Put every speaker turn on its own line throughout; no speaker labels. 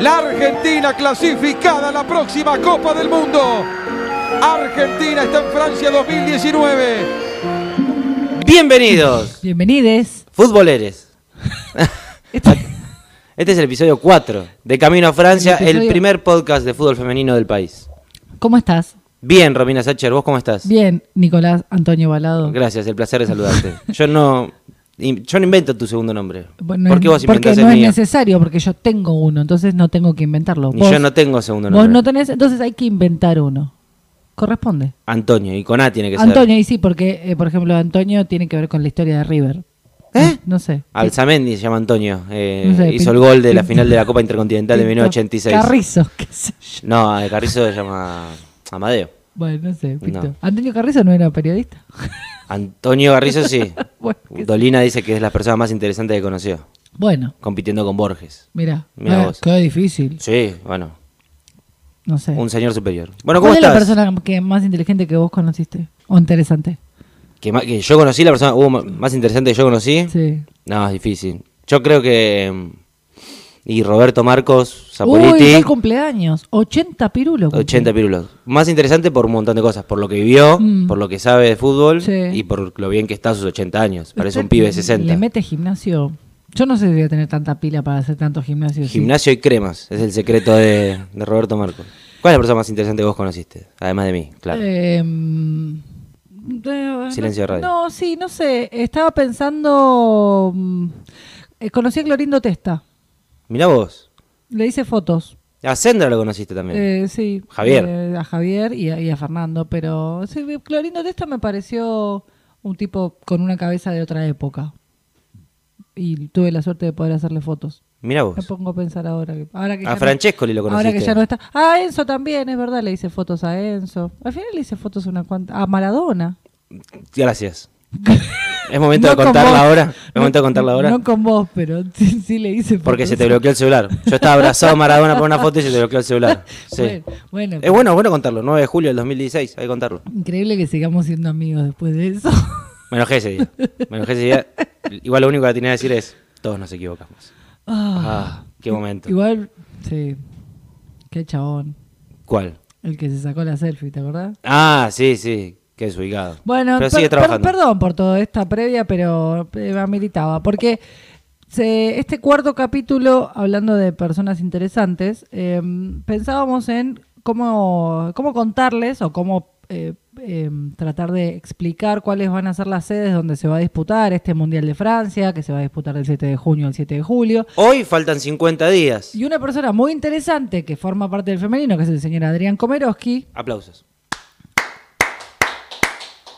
La Argentina clasificada a la próxima Copa del Mundo. Argentina está en Francia 2019.
Bienvenidos,
Bienvenides.
futboleres.
Esto-
Este es el episodio 4 de Camino a Francia,
El
el,
episodio-
primer podcast de fútbol femenino del país.
¿Cómo estás?
Bien, Romina Sacher, ¿vos cómo estás?
Bien, Nicolás Antonio Balado.
Gracias, el placer de saludarte. Yo no, in- yo no invento tu segundo nombre.
Bueno,
¿Por qué vos
porque
inventás
no
el
es
mío?
necesario, porque yo tengo uno, entonces no tengo que inventarlo.
Y yo no tengo segundo
Vos
nombre.
no tenés, entonces hay que inventar uno. Corresponde.
Antonio, y con A tiene que
Antonio, y sí, porque, eh, por ejemplo, Antonio tiene que ver con la historia de River.
¿Eh?
No sé.
ser. Alzamendi se llama Antonio. eh,
No sé,
hizo
pin-
el gol de la
pin-
final de la Copa Intercontinental de
Pinto-
1986.
Carrizo, qué sé yo.
No, a Carrizo se llama Amadeo.
Bueno, no sé. Pinto.
No.
Antonio Carrizo no era periodista.
Antonio Carrizo sí.
bueno, qué-
Dolina dice que es la persona más interesante que conoció,
bueno,
compitiendo con Borges.
mira.
Mirá
Ah,
vos.
qué difícil.
Sí, bueno,
No sé.
un señor superior. Bueno, ¿cómo
¿Cuál es la
estás?
persona que más inteligente que vos conociste? ¿O interesante?
Que, ma- que yo conocí, la persona uh, ma- más interesante que yo conocí.
Sí.
No, es difícil. Yo creo que... mm, Y Roberto Marcos,
Uy,
Zapoliti,
fue cumpleaños. 80 pirulos. cumplió.
80 pirulos. Más interesante por un montón de cosas, por lo que vivió,
Mm.
por lo que sabe de fútbol
Sí.
y por lo bien que está a sus 80 años. Parece
Usted
un pibe de
Le
60.
mete gimnasio. Yo no sé si voy a tener tanta pila para hacer tanto gimnasio. sí.
Gimnasio y cremas, es el secreto de, de Roberto Marcos. ¿Cuál es la persona más interesante que vos conociste? Además de mí, claro.
Eh, mm, de-
Silencio de radio.
No, sí, no sé. Estaba pensando. mm, eh, conocí a Clorindo Testa.
Mirá vos.
Le hice fotos.
A Sendra lo conociste también.
Eh, sí.
Javier.
Eh, a Javier y a, y a Fernando. Pero sí, Clorindo Testa me pareció un tipo con una cabeza de otra época. Y tuve la suerte de poder hacerle fotos.
Mirá vos.
Me pongo a pensar ahora que, ahora que
Pues. A
ya no-
Francescoli lo
Ahora que
conociste.
ya no está. A Enzo también, es verdad, le hice fotos a Enzo. Al final le hice fotos a una cuanta. A Maradona.
Gracias. es momento
No
de
con
contarla
vos.
ahora. Es
No-
momento de contarla ahora.
No con vos, pero sí, sí le hice fotos.
porque se te bloqueó el celular. Yo estaba abrazado a Maradona por una foto y se te bloqueó el celular. Sí.
Bueno, bueno,
es bueno, bueno contarlo. 9 de julio del 2016, hay que contarlo.
increíble que sigamos siendo amigos después de eso.
Me enojé ese día. Me enojé ese día. Igual lo único que tenía que decir es, todos nos equivocamos.
Ah,
Ah, qué momento.
Igual, sí. Qué chabón.
¿Cuál?
El que se sacó la selfie, ¿te acordás?
Ah, sí, sí. Qué desubicado.
Bueno,
pero
per-
sigue
per-
trabajando.
perdón por toda esta previa, pero eh, me militaba. Porque se- este cuarto capítulo, hablando de personas interesantes, eh, pensábamos en cómo, cómo contarles o cómo eh, eh, tratar de explicar cuáles van a ser las sedes donde se va a disputar este Mundial de Francia, que se va a disputar del 7 de junio al 7 de julio.
Hoy faltan 50 días.
Y una persona muy interesante que forma parte del femenino, que es el señor Adrián Komerovsky,
Aplausos.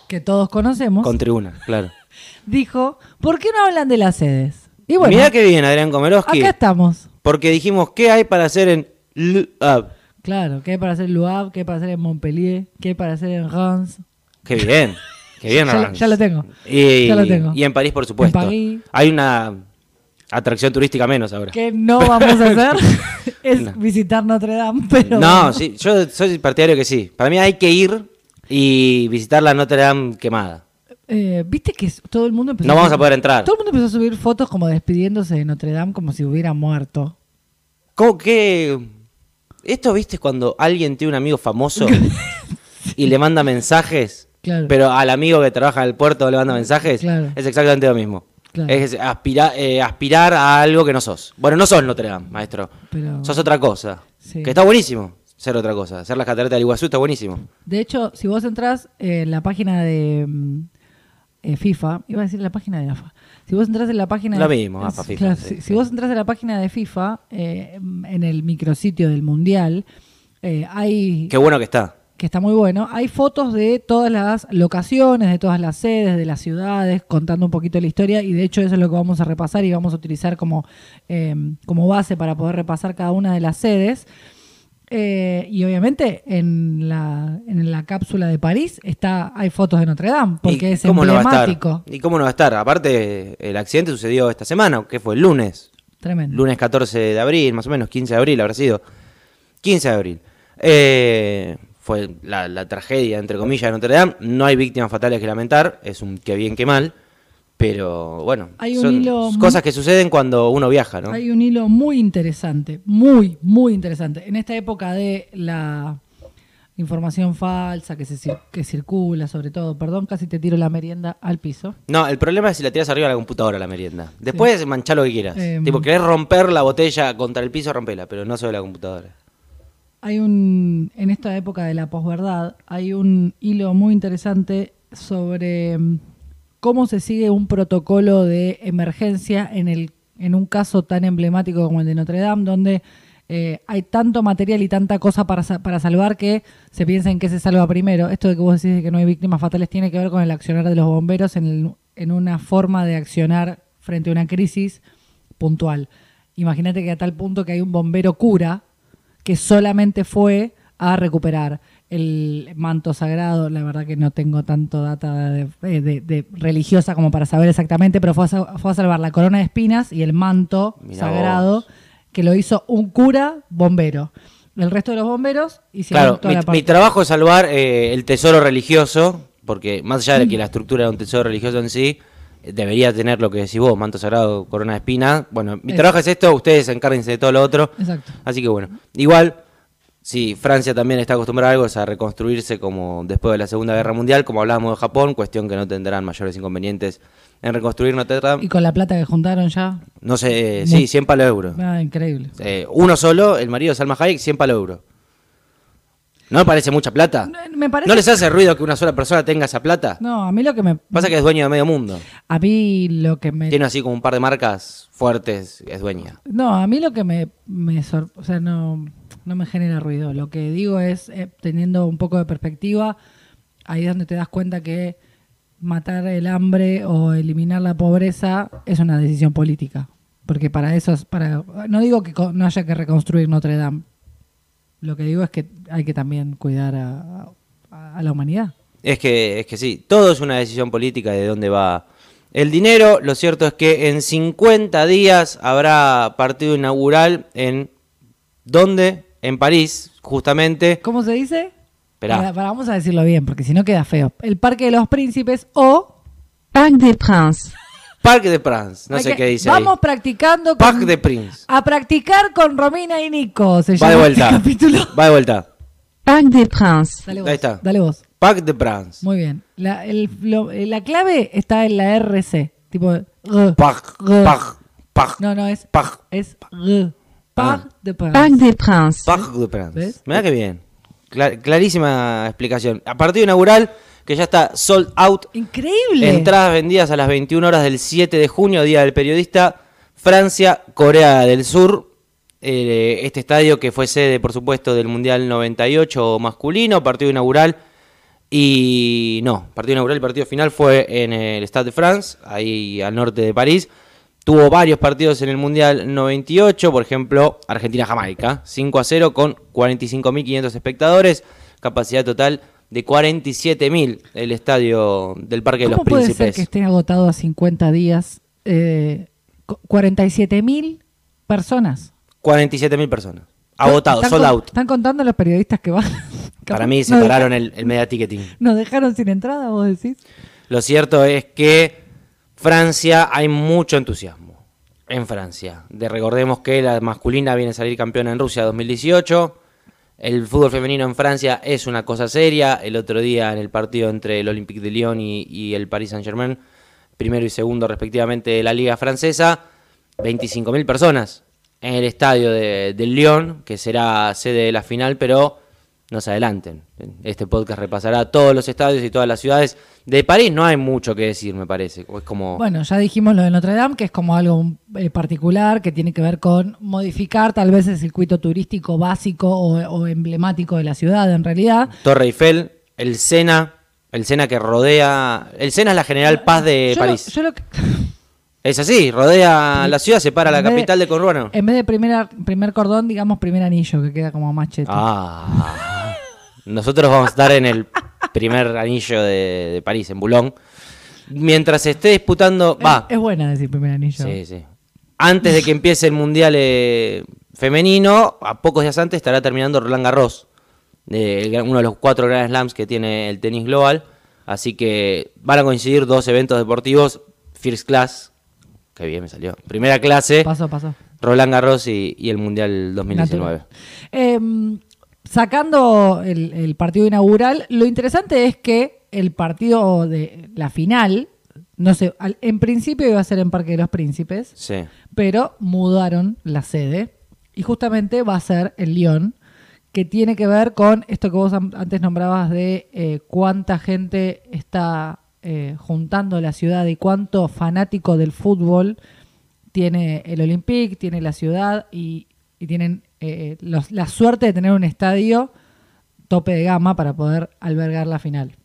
que todos conocemos.
Con tribuna, claro.
dijo, ¿por qué no hablan de las sedes? Y bueno,
Mirá que bien, Adrián Comeroski.
acá estamos.
Porque dijimos, ¿qué hay para hacer en L- ah,
Claro, ¿qué hay para hacer en Luab? ¿Qué hay para hacer en Montpellier? ¿Qué hay para hacer en Reims?
Qué bien, qué bien,
Ya-
Orlando.
ya lo tengo,
Y,
ya lo tengo.
y en París, por supuesto.
En París.
Hay una atracción turística menos ahora.
¿Qué no vamos a hacer? es visitar Notre Dame, pero...
No, sí, yo soy partidario que sí. Para mí hay que ir y visitar la Notre Dame quemada.
Eh, ¿Viste que s- todo el mundo empezó
No vamos
subir-
a poder entrar.
Todo el mundo empezó a subir fotos como despidiéndose de Notre Dame como si hubiera muerto.
¿Cómo que...? Esto, viste, cuando alguien tiene un amigo famoso y le manda mensajes,
Claro.
pero al amigo que trabaja en el puerto le manda mensajes,
Claro.
es exactamente lo mismo.
Claro.
Es aspira- eh, aspirar a algo que no sos. Bueno, no sos Notre Dame, maestro.
Pero...
Sos otra cosa.
Sí.
Que está buenísimo ser otra cosa. Hacer las cataratas del Iguazú está buenísimo.
De hecho, si vos entrás en la página de mm, eh, FIFA, iba a decir la página de la AFA. Si vos entras en la página
Lo
de
mismo, AFA,
es-
FIFA,
claro,
sí,
si,
sí.
si vos entras en la página de FIFA, eh, mm, en el micrositio del Mundial, eh, hay
Qué bueno que está.
que está muy bueno. Hay fotos de todas las locaciones, de todas las sedes, de las ciudades, contando un poquito la historia y de hecho eso es lo que vamos a repasar y vamos a utilizar como, eh, como base para poder repasar cada una de las sedes. Eh, y obviamente en la, en la cápsula de París está hay fotos de Notre Dame, porque
¿Y
es
cómo no va a estar?
emblemático.
¿Y cómo no va a estar? Aparte, el accidente sucedió esta semana, que fue el lunes.
Tremendo.
Lunes 14 de abril, más o menos, 15 de abril habrá sido. 15 de abril. Eh, fue la, la tragedia, entre comillas, de Notre Dame. No hay víctimas fatales que lamentar. Es un que bien que mal. Pero bueno,
Hay un
son
hilo muy-
cosas que suceden cuando uno viaja, ¿no?
Hay un hilo muy interesante, muy, muy interesante. En esta época de la información falsa que, se, cir- que circula, sobre todo, perdón, casi te tiro la merienda al piso.
No, el problema es si la tiras arriba de la computadora la merienda. Después manchá lo que quieras.
Em.
Tipo, querés romper la botella contra el piso, rompela, pero no sobre la computadora.
Hay un, en esta época de la posverdad, hay un hilo muy interesante sobre mm, cómo se sigue un protocolo de emergencia en, el, en un caso tan emblemático como el de Notre Dame, donde eh, hay tanto material y tanta cosa para, sa- para salvar que se piensa en qué se salva primero. Esto de que vos decís de que no hay víctimas fatales tiene que ver con el accionar de los bomberos en, el- en una forma de accionar frente a una crisis puntual. Imagínate que a tal punto que hay un bombero cura que solamente fue a recuperar el manto sagrado. La verdad que no tengo tanto data de, de- de religiosa como para saber exactamente, pero fue a, sa- fue a salvar la corona de espinas y el manto
Mirá
sagrado
vos.
que lo hizo un cura bombero. El resto de los bomberos hicieron
claro,
toda
mi,
la parte.
mi trabajo es salvar eh, el tesoro religioso, porque más allá de que la estructura de un tesoro religioso en sí, eh, debería tener lo que decís vos, manto sagrado, corona de espina. Bueno, mi
Eso.
trabajo es esto, ustedes encárguense de todo lo otro.
Exacto.
Así que bueno, igual, si Francia también está acostumbrada a algo, es a reconstruirse como después de la Segunda Guerra Mundial, como hablábamos de Japón, cuestión que no tendrán mayores inconvenientes en reconstruir Notre Dame.
Y con la plata que juntaron ya,
No sé, eh, sí, 100 palos de euro.
nada, increíble.
Eh, uno solo, el marido de Salma Hayek, 100 palos de euro. ¿No me parece mucha plata?
No, me parece-
¿No les hace ruido que una sola persona tenga esa plata?
No, a mí lo que me...
Pasa que es dueño de medio mundo.
A mí lo que me...
Tiene así como un par de marcas fuertes, es dueña.
No, a mí lo que me, me sor- o sea, no, no me genera ruido. Lo que digo es, eh, teniendo un poco de perspectiva, ahí es donde te das cuenta que matar el hambre o eliminar la pobreza es una decisión política. Porque para eso, es- para, no digo que co- no haya que reconstruir Notre Dame. Lo que digo es que hay que también cuidar a, a- a la humanidad.
Es que, es que sí, todo es una decisión política de dónde va el dinero. Lo cierto es que en 50 días habrá partido inaugural en... ¿Dónde? En París, justamente.
¿Cómo se dice?
Esperá.
Para- para- vamos a decirlo bien, porque si no queda feo. El Parque de los Príncipes o...
Parc des Princes.
Parque de France, no
Hay
sé
que-
qué dice ahí.
Vamos practicando
Pack de Prince.
A practicar con Romina y Nico. Se
Va
llama
de
este
vuelta.
capítulo.
Va de vuelta.
Parc des Princes.
Dale vos.
Ahí está.
Dale vos.
Pack de France.
Muy bien. La, el- lo- eh, la clave está en la RC. Tipo. R,
Pack,
R.
pack, pack.
eh. No, no, es.
Pack. Ah.
Es. R. Par de par.
Parc des Princes.
Pack de France.
¿Ves?
Mirá que bien. Cla- clarísima explicación. A partido inaugural que ya está sold out.
Increíble.
Entradas vendidas a las 21 horas del 7 de junio, Día del Periodista. Francia, Corea del Sur. Eh, este estadio que fue sede, por supuesto, del Mundial 98 masculino, partido inaugural. Y no, partido inaugural y partido final fue en el Stade de France, ahí al norte de París. Tuvo varios partidos en el Mundial 98, por ejemplo, Argentina-Jamaica, 5 a 0 con 45.500 espectadores, capacidad total de 47.000 el estadio del Parque de los
¿Cómo puede
Príncipes.
ser que esté agotado a 50 días? Eh, 47 mil personas.
47.000 personas. Agotado,
Están
sold
con-
out.
Están contando los periodistas que van.
Para mí
se pararon.
separaron el, el media ticketing.
¿Nos dejaron sin entrada, vos decís?
Lo cierto es que Francia hay mucho entusiasmo en Francia. De- recordemos que la masculina viene a salir campeona en Rusia 2018. El fútbol femenino en Francia es una cosa seria. El otro día en el partido entre el Olympique de Lyon y, y el Paris Saint-Germain, primero y segundo respectivamente de la liga francesa, 25.000 personas en el estadio de, de Lyon, que será sede de la final, pero no se adelanten. Este podcast repasará todos los estadios y todas las ciudades. De París no hay mucho que decir, me parece. Es como...
Bueno, ya dijimos lo de Notre Dame, que es como algo eh, particular que tiene que ver con modificar tal vez el circuito turístico básico o, o emblemático de la ciudad en realidad.
Torre Eiffel, el Sena, el Sena que rodea. El Sena es la General Paz de
Yo lo-
Eh, París.
yo lo que-
Es así, rodea la ciudad, separa la
en vez de-
capital de Conurbano.
En vez de primera, primer cordón, digamos primer anillo, que queda como machete.
Ah, nosotros vamos a estar en el primer anillo de, de París, en Boulogne. Mientras se esté disputando.
es,
Va.
es buena decir primer anillo.
Sí, sí. Antes de que empiece el Mundial eh, femenino, a pocos días antes estará terminando Roland Garros, eh, el gran- uno de los cuatro Grand Slams que tiene el tenis global. Así que van a coincidir dos eventos deportivos First Class, que bien me salió, primera clase,
Pasó, pasó.
Roland Garros y, y el Mundial 2019.
Natural. Eh, sacando el, el partido inaugural, lo interesante es que el partido de la final, no sé, al- en principio iba a ser en Parque de los Príncipes,
Sí.
pero mudaron la sede y justamente va a ser el Lyon, que tiene que ver con esto que vos an- antes nombrabas de eh, cuánta gente está eh, juntando la ciudad y cuánto fanático del fútbol tiene el Olympique, tiene la ciudad y, y tienen eh, los- la suerte de tener un estadio tope de gama para poder albergar la final.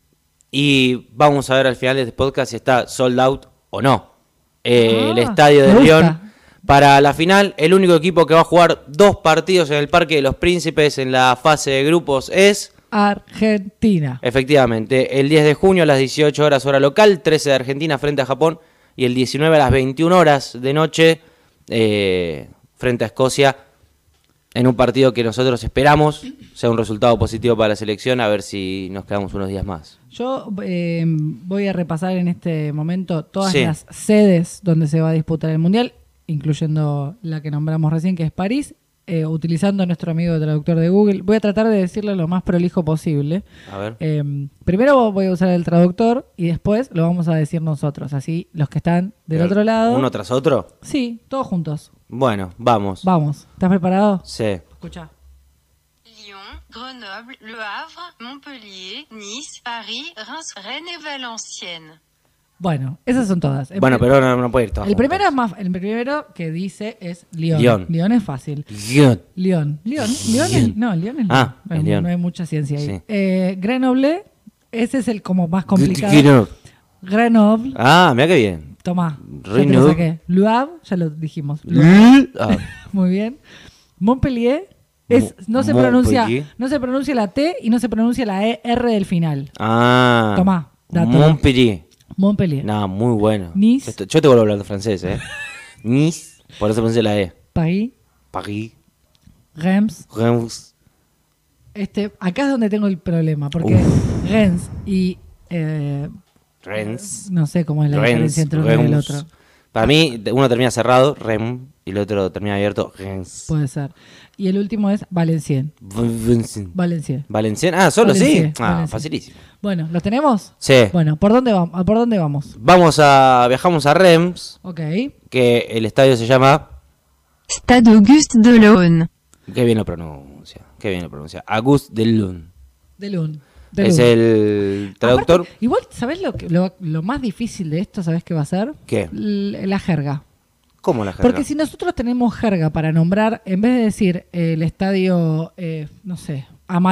Y vamos a ver al final de este podcast si está sold out o no. Eh,
Ah,
el estadio
me
de
gusta.
Lyon. Para la final, el único equipo que va a jugar dos partidos en el Parque de los Príncipes en la fase de grupos es,
Argentina.
efectivamente, el 10 de junio a las 18 horas hora local, 13 de Argentina frente a Japón y el 19 a las 21 horas de noche eh, frente a Escocia en un partido que nosotros esperamos sea un resultado positivo para la selección, a ver si nos quedamos unos días más.
Yo eh, voy a repasar en este momento todas
Sí.
las sedes donde se va a disputar el Mundial, incluyendo la que nombramos recién, que es París, eh, utilizando a nuestro amigo traductor de Google. Voy a tratar de decirle lo más prolijo posible.
A ver.
Eh, primero voy a usar el traductor y después lo vamos a decir nosotros, así los que están del otro lado.
¿Uno tras otro?
Sí, todos juntos.
Bueno, vamos.
Vamos, ¿estás preparado?
Sí.
Escucha.
Lyon, Grenoble, Le Havre, Montpellier, Nice, Paris, Reims, Rennes et Valenciennes.
Bueno, esas son todas. En
Bueno,
pri-
pero no, no puede ir todo.
el primero, es más, el primero que dice es Lyon.
Lyon.
Lyon es fácil. León. León. León es- No, León es
Ah,
León. No hay-
es León.
No hay mucha ciencia ahí.
Sí.
Eh, Grenoble, ese es el como más complicado. Grenoble,
Ah, mira qué bien.
tomá.
Grenoble.
Luab, ya lo dijimos.
Ah,
Muy bien. Montpellier, es, no, se
Mo-
pronuncia,
Montpellier.
no se pronuncia la T y no se pronuncia la E- R del final.
Ah.
Tomá, dato.
Montpellier.
Montpellier.
No, muy bueno.
Nice.
Yo te, yo te vuelvo a hablar de francés, ¿eh? Nice. Por eso pronuncié la E.
París,
Paris.
Reims.
Reims.
Este, acá es donde tengo el problema, porque Reims y... eh,
Rennes.
no sé cómo es la
Rennes.
diferencia entre uno y el
Reims.
otro.
Para mí, de- uno termina cerrado, Rem, y el otro termina abierto, Reims.
Puede ser. Y el último es Valencien.
Valenciennes.
Valencien.
Valenciennes. Ah, solo sí.
Pues, Valenciennes,
Ah,
Valenciennes.
facilísimo.
Bueno, ¿los tenemos?
Sí.
Bueno, ¿por dónde vamos? ¿Por dónde vamos?
Vamos a. Viajamos a Reims,
Ok.
que el estadio se llama.
Stade Auguste Delaune.
Qué bien lo pronuncia. Qué bien lo pronuncia. Auguste Delun.
De Lun. De
Es
Lun.
el traductor.
Aparte, igual, ¿sabés lo, que- lo, lo más difícil de esto? ¿Sabés qué va a ser?
¿Qué?
L- la jerga.
¿Cómo la jerga?
Porque si nosotros tenemos jerga para nombrar, en vez de decir eh, el estadio, eh, no sé,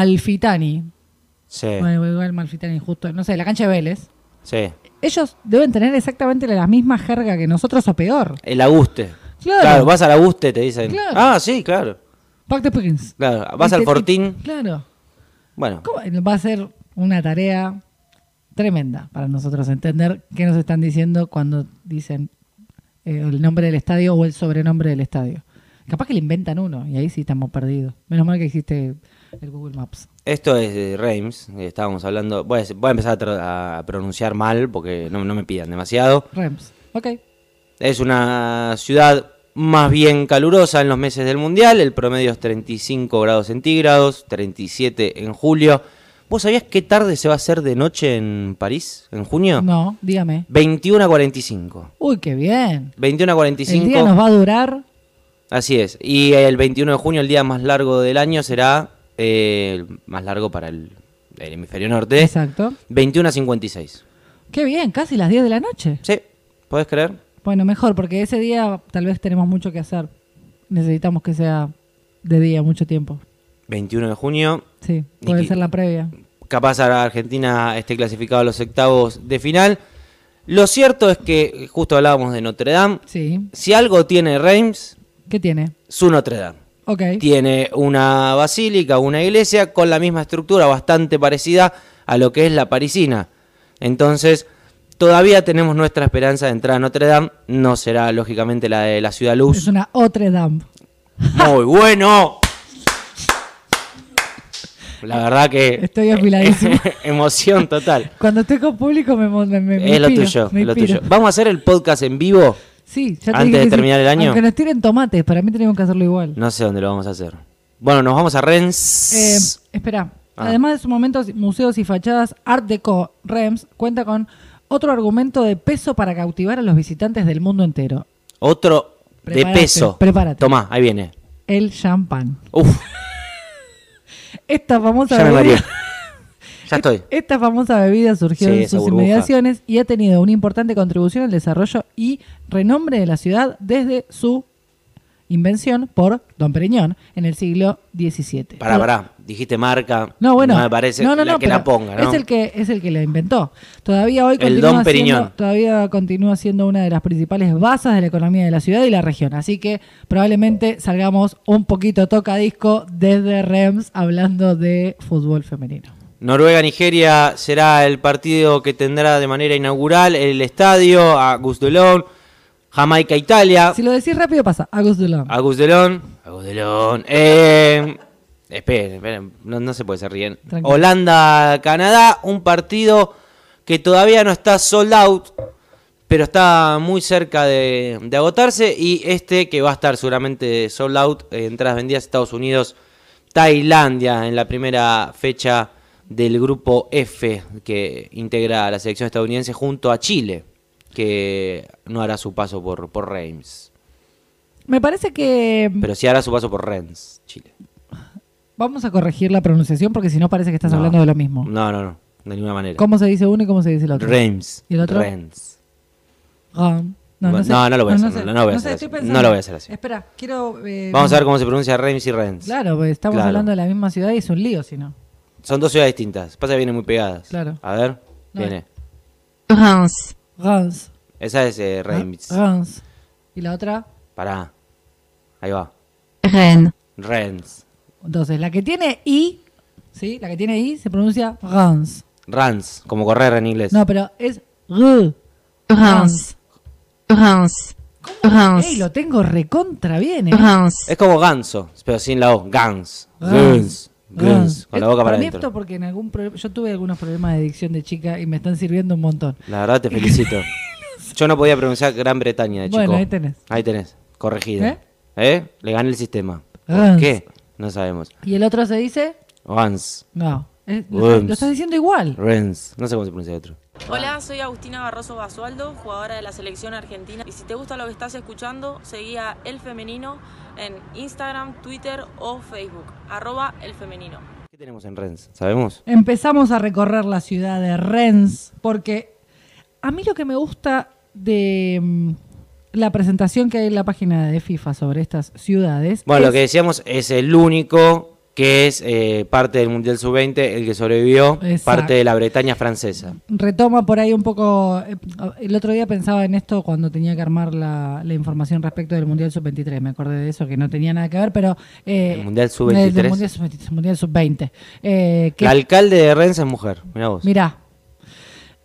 Amalfitani,
Sí.
bueno, igual Amalfitani justo, no sé, la cancha de Vélez,
Sí.
ellos deben tener exactamente la misma jerga que nosotros o peor.
El Auguste.
Claro.
vas al Auguste, te dicen.
Claro.
Ah, sí, claro.
Pacto Pickens.
Claro, vas al
Este,
Fortín.
Claro.
Bueno,
¿Cómo? Va a ser una tarea tremenda para nosotros entender qué nos están diciendo cuando dicen eh, el nombre del estadio o el sobrenombre del estadio. Capaz que le inventan uno y ahí sí estamos perdidos. Menos mal que existe el Google Maps.
esto es de Reims. eh, Estábamos hablando. Voy a, decir- voy a empezar a, tra- a pronunciar mal porque no, no me pidan demasiado.
Rems. Ok.
Es una ciudad más bien calurosa en los meses del mundial. El promedio es 35 grados centígrados, 37 en julio. ¿Vos sabías qué tarde se va a hacer de noche en París, en junio?
No, dígame.
21 a 45.
Uy, qué bien.
21 a
El día nos
45.
va a durar.
Así es. Y el 21 de junio, el día más largo del año, será eh, el más largo para el, el hemisferio norte.
Exacto.
21 a 56.
Qué bien, casi las 10 de la noche.
¿Sí? ¿Podés creer?
Bueno, mejor, porque ese día tal vez tenemos mucho que hacer. Necesitamos que sea de día, mucho tiempo.
21 de junio,
Sí,
Ni
puede
que-
ser la previa.
capaz ahora Argentina esté clasificado a los octavos de final. Lo cierto es que, justo hablábamos de Notre Dame,
Sí.
si algo tiene Reims,
¿Qué tiene?
su Notre Dame.
Ok.
Tiene una basílica, una iglesia con la misma estructura, bastante parecida a lo que es la parisina. Entonces, todavía tenemos nuestra esperanza de entrar a Notre Dame. No será, lógicamente, la de la Ciudad
Es
Luz.
una Notre Dame.
Muy bueno. La verdad que.
Estoy afiladísimo.
emoción total.
Cuando estoy con público me, mon- me, me
es lo
inspiro,
tuyo,
me
es lo
inspiro.
tuyo. Vamos a hacer el podcast en vivo.
Sí, ya te
Antes
dije
de
que sí.
terminar el año.
Aunque nos tiren tomates, para mí tenemos que hacerlo igual.
No sé dónde lo vamos a hacer. Bueno, nos vamos a Rennes.
Eh, espera.
Ah.
Además de sus momentos, museos y fachadas, Art Deco Rems cuenta con otro argumento de peso para cautivar a los visitantes del mundo entero.
Otro
Prepárate,
de peso.
prepárate.
Tomá, ahí viene.
El champán.
Uf,
Esta famosa
ya me mareé.
bebida,
Ya estoy.
esta famosa bebida surgió
Sí,
en
esa
sus
burbuja.
inmediaciones y ha tenido una importante contribución al desarrollo y renombre de la ciudad desde su invención por Don Periñón en el siglo XVII.
Pará, pará. Dijiste marca.
No, bueno.
No me parece
no, no,
la
no,
que la
pero
ponga, ¿no?
Es el que, es el que la inventó. Todavía hoy
El
continúa
Don Periñón.
siendo- todavía continúa siendo una de las principales bases de la economía de la ciudad y la región. Así que probablemente salgamos un poquito tocadisco desde Rems hablando de fútbol femenino.
Noruega-Nigeria será el partido que tendrá de manera inaugural el estadio a Gustelón. Jamaica-Italia.
Si lo decís rápido pasa. Agus Dulon.
A Gustelón. A Gustelón. Eh, esperen, esperen. No, no se puede ser bien.
Tranquilo.
Holanda-Canadá. Un partido que todavía no está sold out. Pero está muy cerca de, de agotarse. Y este que va a estar seguramente sold out. eh, entradas vendidas Estados Unidos. Tailandia en la primera fecha del grupo F que integra a la selección estadounidense junto a Chile que no hará su paso por, por Reims.
Me parece que mm,
Pero sí hará su paso por Rennes, Chile.
vamos a corregir la pronunciación porque si no parece que estás
No.
hablando de lo mismo.
No, no, no. De ninguna manera.
¿Cómo se dice uno y cómo se dice el otro?
Reims.
¿Y el otro?
Rennes.
Ah, No, no,
Bueno,
sé.
no, no lo voy a hacer,
sé.
no, no lo voy a
sé,
hacer
estoy
así.
pensando.
No lo voy a hacer así.
Espera, quiero. eh,
Vamos a ver cómo se pronuncia Reims y Rennes.
Claro, porque estamos
Claro.
hablando de la misma ciudad y es un lío, si no.
Son dos ciudades distintas. Pasa que vienen muy pegadas.
Claro.
A ver.
No,
Viene.
Reims.
Reims.
Esa es
Ah,
eh, Reims.
Reims. Y la otra,
Pará. Ahí va.
Rennes.
Rennes.
entonces, la que tiene I, ¿sí? La que tiene I se pronuncia Reims.
Rans, como correr en inglés.
No, pero es R.
Reims. Reims.
Ey,
Reims.
lo tengo recontra bien, ¿eh?
Reims.
Es como ganso, pero sin la O. Gans.
Reims.
Guns. Guns. Con la
Ah. Es-
boca para
mí
adentro.
esto porque en algún pro- yo tuve algunos problemas de adicción de chica y me están sirviendo un montón.
La verdad te felicito. Yo no podía pronunciar Gran Bretaña de chico.
Bueno, ahí tenés.
Ahí tenés. Corregida.
¿Eh?
¿Eh? Le gané el sistema. ¿Por
Gans.
qué? No sabemos.
¿Y el otro se dice?
Gans.
No. Es- lo,
Reims.
lo estás diciendo igual.
Rens. No sé cómo se pronuncia el otro.
Hola, soy Agustina Barroso Basualdo, jugadora de la selección argentina. Y si te gusta lo que estás escuchando, seguí a El Femenino en Instagram, Twitter o Facebook. Arroba El Femenino.
¿Qué tenemos en Rens? ¿Sabemos?
Empezamos a recorrer la ciudad de Rennes, porque a mí lo que me gusta de mm, la presentación que hay en la página de FIFA sobre estas ciudades.
Bueno,
es-
lo que decíamos es el único que es eh, parte del Mundial Sub-20, el que sobrevivió,
Exacto.
parte de la Bretaña francesa.
retoma por ahí un poco. eh, El otro día pensaba en esto cuando tenía que armar la, la información respecto del Mundial Sub-23. Me acordé de eso, que no tenía nada que ver, pero. eh,
¿El Mundial
del- del
Sub-23?
Mundial Sub-23, Mundial Sub-20. Eh, que-
La alcalde de Rens es mujer, mira vos.
Mirá.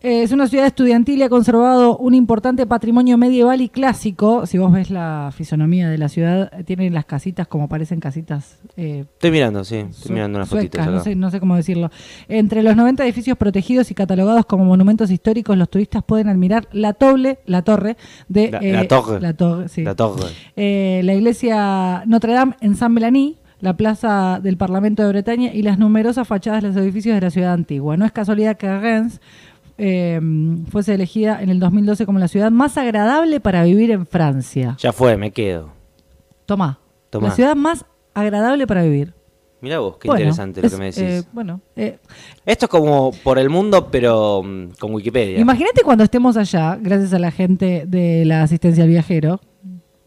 Eh, Es una ciudad estudiantil y ha conservado un importante patrimonio medieval y clásico. Si vos ves la fisonomía de la ciudad, eh, tienen las casitas como parecen casitas eh,
Estoy mirando, sí, estoy
sue-
mirando unas fotitos
suecas,
acá.
no sé, no sé cómo decirlo. Entre los 90 edificios protegidos y catalogados como monumentos históricos, los turistas pueden admirar la, toble, la torre de... eh,
La- la torre.
La torre, sí.
La torre.
Eh, la iglesia Notre Dame en San Melaní, la plaza del Parlamento de Bretaña y las numerosas fachadas de los edificios de la ciudad antigua. No es casualidad que Rennes eh, fuese elegida en el 2012 como la ciudad más agradable para vivir en Francia.
Ya fue, me quedo.
Tomá.
Tomá.
La ciudad más agradable para vivir.
Mira vos, qué
Bueno,
interesante
es,
lo que me decís.
eh, bueno, eh,
Esto es como por el mundo, pero mm, con Wikipedia.
imagínate cuando estemos allá, gracias a la gente de la asistencia al viajero.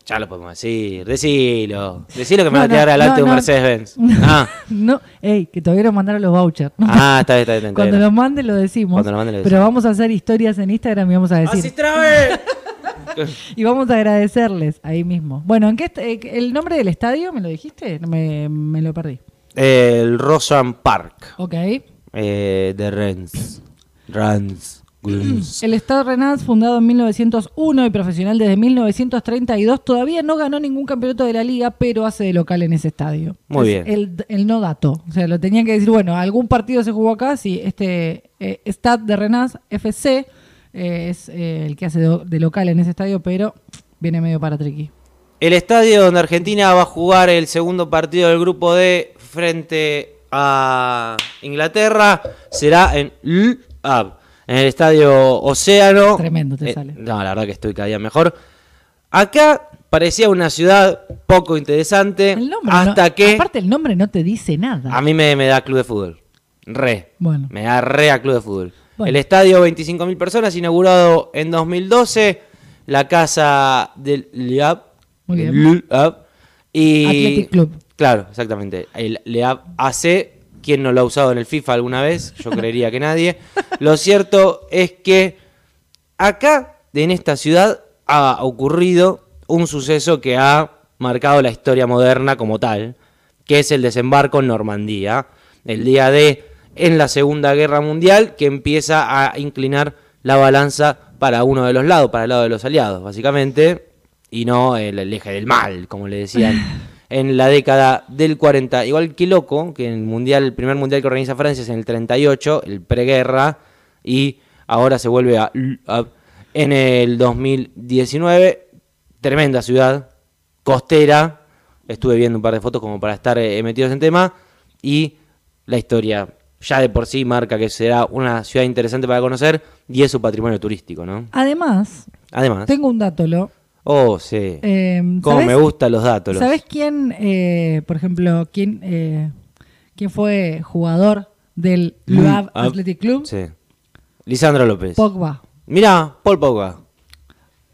ya lo podemos decir. Decilo. Decilo que me va a
No,
quedar
no,
adelante
no,
un
no.
Mercedes-Benz.
No,
Ah,
no, ey, que todavía nos mandaron los vouchers.
ah, está bien, está bien. está
Cuando
bien.
lo mande lo decimos.
Cuando lo mande, lo
Pero
decimos.
vamos a hacer historias en Instagram y vamos a decir.
¡Así trabe!
Y vamos a agradecerles ahí mismo. Bueno, ¿en qué est- eh, ¿el nombre del estadio me lo dijiste? No, Me, me lo perdí.
El Rosan Park
Ok.
eh, de Rennes. Rennes. Glums.
El Stade Rennais, fundado en 1901 y profesional desde 1932, todavía no ganó ningún campeonato de la liga, pero hace de local en ese estadio.
Muy
Es
bien.
El, el no dato. O sea, lo tenían que decir, bueno, algún partido se jugó acá, sí, este eh, Stade de Rennes FC eh, es eh, el que hace de, de local en ese estadio, pero viene medio para triqui.
El estadio donde Argentina va a jugar el segundo partido del grupo D frente a Inglaterra será en L Hab, en el estadio Océano. Eh,
Tremendo te sale.
No, la verdad que estoy cada día mejor. Acá parecía una ciudad poco interesante
El nombre
Eh, hasta
no-
que
Aparte, el nombre no te dice nada.
a mí me, me da club de fútbol. Re.
Bueno.
Me da re a club de fútbol.
Bueno.
El estadio 25.000 personas inaugurado en 2012, la casa del LEAB.
Muy
del
bien.
LEAB, y
Athletic Club.
Claro, exactamente. El LEAB AC, ¿quién no lo ha usado en el FIFA alguna vez? Yo creería que nadie. Lo cierto es que acá, en esta ciudad, ha ocurrido un suceso que ha marcado la historia moderna como tal, que es el desembarco en Normandía, el día de en la Segunda Guerra Mundial, que empieza a inclinar la balanza para uno de los lados, para el lado de los aliados, básicamente, y no el, el eje del mal, como le decían en la década del 40. Igual que loco, que el mundial, el primer mundial que organiza Francia es en el 38, el preguerra, y ahora se vuelve a, a- en el 2019. Tremenda ciudad, costera. Estuve viendo un par de fotos como para estar eh, metidos en tema. Y la historia ya de por sí marca que será una ciudad interesante para conocer y es su patrimonio turístico, ¿no?
Además,
Además.
tengo un dato, lo.
Oh, sí.
Eh,
Cómo
¿sabés?
me gustan los datos.
¿Sabes quién, eh, por ejemplo, quién, eh, quién fue jugador del Luab
Ah,
Athletic Club?
Sí. Lisandro López.
Pogba,
Mirá, Paul Pogba.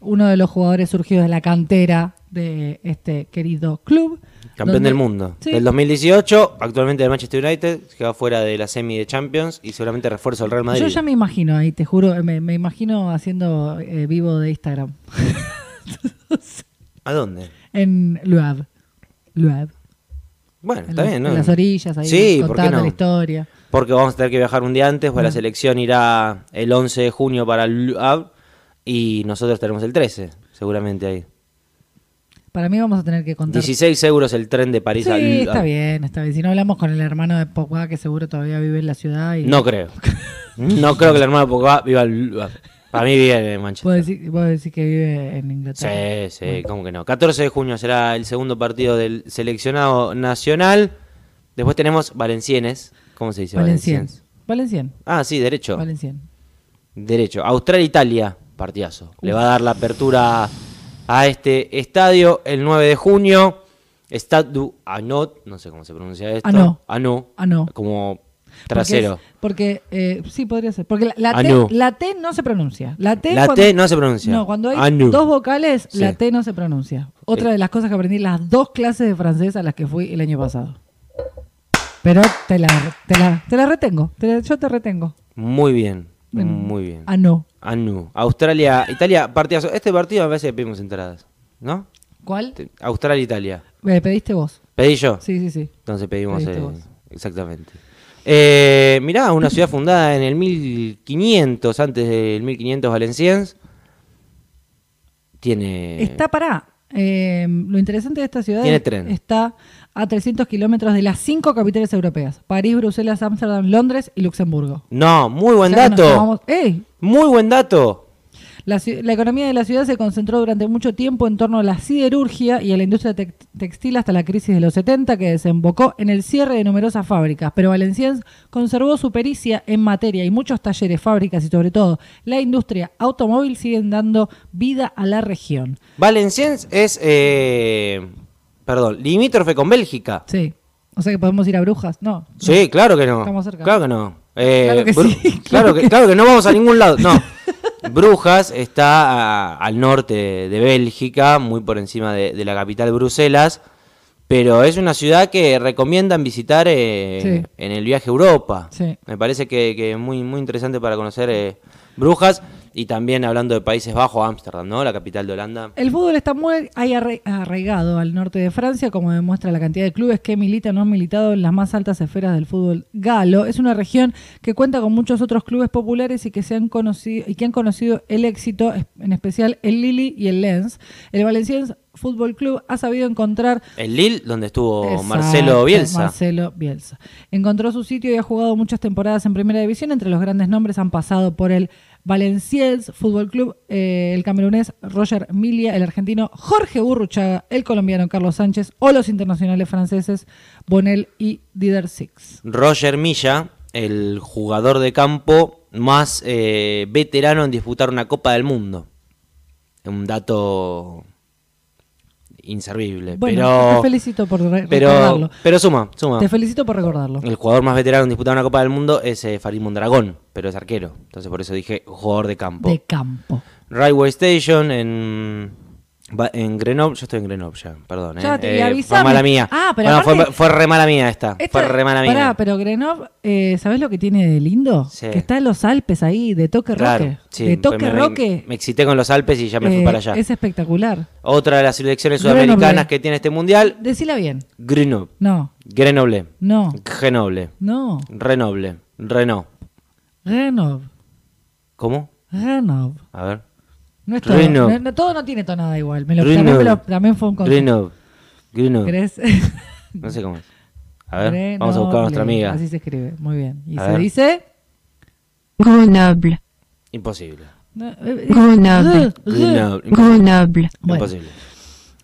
uno de los jugadores surgidos de la cantera de este querido club.
Campeón
donde-
del mundo.
Sí,
Del 2018, actualmente del Manchester United, que va fuera de la semi de Champions y seguramente refuerzo al Real Madrid.
Yo ya me imagino ahí, te juro, me, me imagino haciendo eh, vivo de Instagram
¿A dónde?
en Luab. Luab.
Bueno,
En
está
las-
bien, ¿no?
En las orillas, ahí
Sí, ¿por qué
contando
no?
la historia. Ah.
Porque vamos a tener que viajar un día antes, porque la selección irá el 11 de junio para el Hub y nosotros tenemos el 13, seguramente ahí.
Para mí vamos a tener que contar
16 euros el tren de París
Sí,
al Hub.
está bien, está bien. Si no hablamos con el hermano de Pogba, que seguro todavía vive en la ciudad. Y
No creo. No creo que el hermano Pogba viva al Hub. Para mí vive en Manchester.
Puedo decir, puedo decir que vive en Inglaterra.
Sí, sí, cómo que no. 14 de junio será el segundo partido del seleccionado nacional. Después tenemos Valencienes. ¿Cómo se dice?
Valencien. Valencien.
Ah, sí, derecho.
Valencien.
Derecho. Australia-Italia, partidazo. Le va a dar la apertura a este estadio el 9 de junio. Stade du Anot, no sé cómo se pronuncia esto.
Anot.
Anot.
Anot.
Como trasero.
Porque, es- porque, eh, sí, podría ser. Porque la, la
Ah,
T,
no.
la T no se pronuncia. La T,
La
cuando-
T no se pronuncia.
No, cuando hay
Ah, no.
dos vocales, la
Sí.
T no se pronuncia. Otra
Eh.
de las cosas que aprendí, las dos clases de francés a las que fui el año pasado. Pero te la, te la, te la retengo. Te la- yo te retengo.
Muy bien. Muy bien.
Ah, no.
Anu. Australia, Italia, partidazo. Este partido a veces pedimos entradas, ¿no?
¿Cuál?
Te- Australia, Italia.
Me pediste vos.
¿Pedí yo?
Sí, sí, sí.
Entonces pedimos.
Pediste
eh,
vos.
exactamente. Eh, mirá, una ciudad fundada en el 1500, antes del 1500 Valenciennes. Tiene.
Está para. lo interesante de esta ciudad
Eh, Tiene
es-
tren.
está a 300 kilómetros de las cinco capitales europeas: París, Bruselas, Ámsterdam, Londres y Luxemburgo.
No, muy buen
O sea que nos
dato.
tomamos- ¡Ey!
Muy buen dato.
La, ci- la economía de la ciudad se concentró durante mucho tiempo en torno a la siderurgia y a la industria tec- textil hasta la crisis de los 70 que desembocó en el cierre de numerosas fábricas. Pero Valenciennes conservó su pericia en materia y muchos talleres, fábricas y sobre todo la industria automóvil siguen dando vida a la región.
Valenciennes es. eh, perdón, limítrofe con Bélgica.
Sí. O sea que podemos ir a Brujas. No.
Sí, claro que no.
Estamos cerca.
Claro que no. Eh,
Claro que
Bru-
sí,
claro, que, claro que no vamos a ningún lado. No. Brujas está a- al norte de Bélgica, muy por encima de, de la capital Bruselas, pero es una ciudad que recomiendan visitar eh,
Sí.
en el viaje a Europa.
Sí.
Me parece que, que muy, muy interesante para conocer eh, Brujas. Y también hablando de Países Bajos, Ámsterdam, ¿no? La capital de Holanda.
El fútbol está muy ahí arra- arraigado al norte de Francia, como demuestra la cantidad de clubes que militan o han militado en las más altas esferas del fútbol galo. Es una región que cuenta con muchos otros clubes populares y que, se han conocido, y que han conocido el éxito, es- en especial el Lille y el Lens. El Valenciennes Fútbol Club ha sabido encontrar
El Lille, donde estuvo
Exacto,
Marcelo Bielsa.
Marcelo Bielsa. Encontró su sitio y ha jugado muchas temporadas en Primera División. Entre los grandes nombres han pasado por el Valenciennes Fútbol Club, eh, el camerunés Roger Milia, el argentino Jorge Burruchaga, el colombiano Carlos Sánchez o los internacionales franceses Bonel y Dider Six.
Roger Milla, el jugador de campo más eh, veterano en disputar una Copa del Mundo. Un dato inservible.
Bueno,
pero,
te felicito por re-
pero,
recordarlo.
pero suma, suma.
Te felicito por recordarlo.
El jugador más veterano en disputar una Copa del Mundo es eh, Farid Mondragón, pero es arquero. Entonces por eso dije jugador de campo.
De campo.
Railway Station en, va- en Grenoble. Yo estoy en Grenoble ya, perdón.
Ya
eh.
te- y
Eh, fue
avísame.
mala mía.
Ah, pero
Bueno, fue-
aparte-
fue, re mala mía esta.
Esta-
fue re mala mía.
pará, pero Grenoble, eh, ¿sabés lo que tiene de lindo?
Sí.
Que está en los Alpes ahí, de toque roque.
sí,
de
pues
toque
me, me-
roque.
Me excité con los Alpes y ya me fui
eh,
para allá.
Es espectacular.
Otra de las selecciones
Grenoble.
sudamericanas que tiene este mundial,
Decila bien.
Grenoble.
No,
Grenoble.
no,
Grenoble.
no.
Renoble. Renault.
Renov,
¿Cómo?
Renov.
A ver.
No es todo.
Renov.
No- no- todo no tiene tonada igual. Me lo, también, me
Grenoble.
lo- también fue un concepto.
Grenoble. Grenoble.
¿Crees?
No sé cómo es. A ver, vamos a buscar a nuestra
Grenoble.
amiga.
Así se escribe. Muy bien. Y
A
se
ver.
dice.
Grenoble.
Imposible.
No, eh, eh,
Grenoble.
Re-
Grenoble. Imposible.
Grenoble.
Bueno.
Imposible.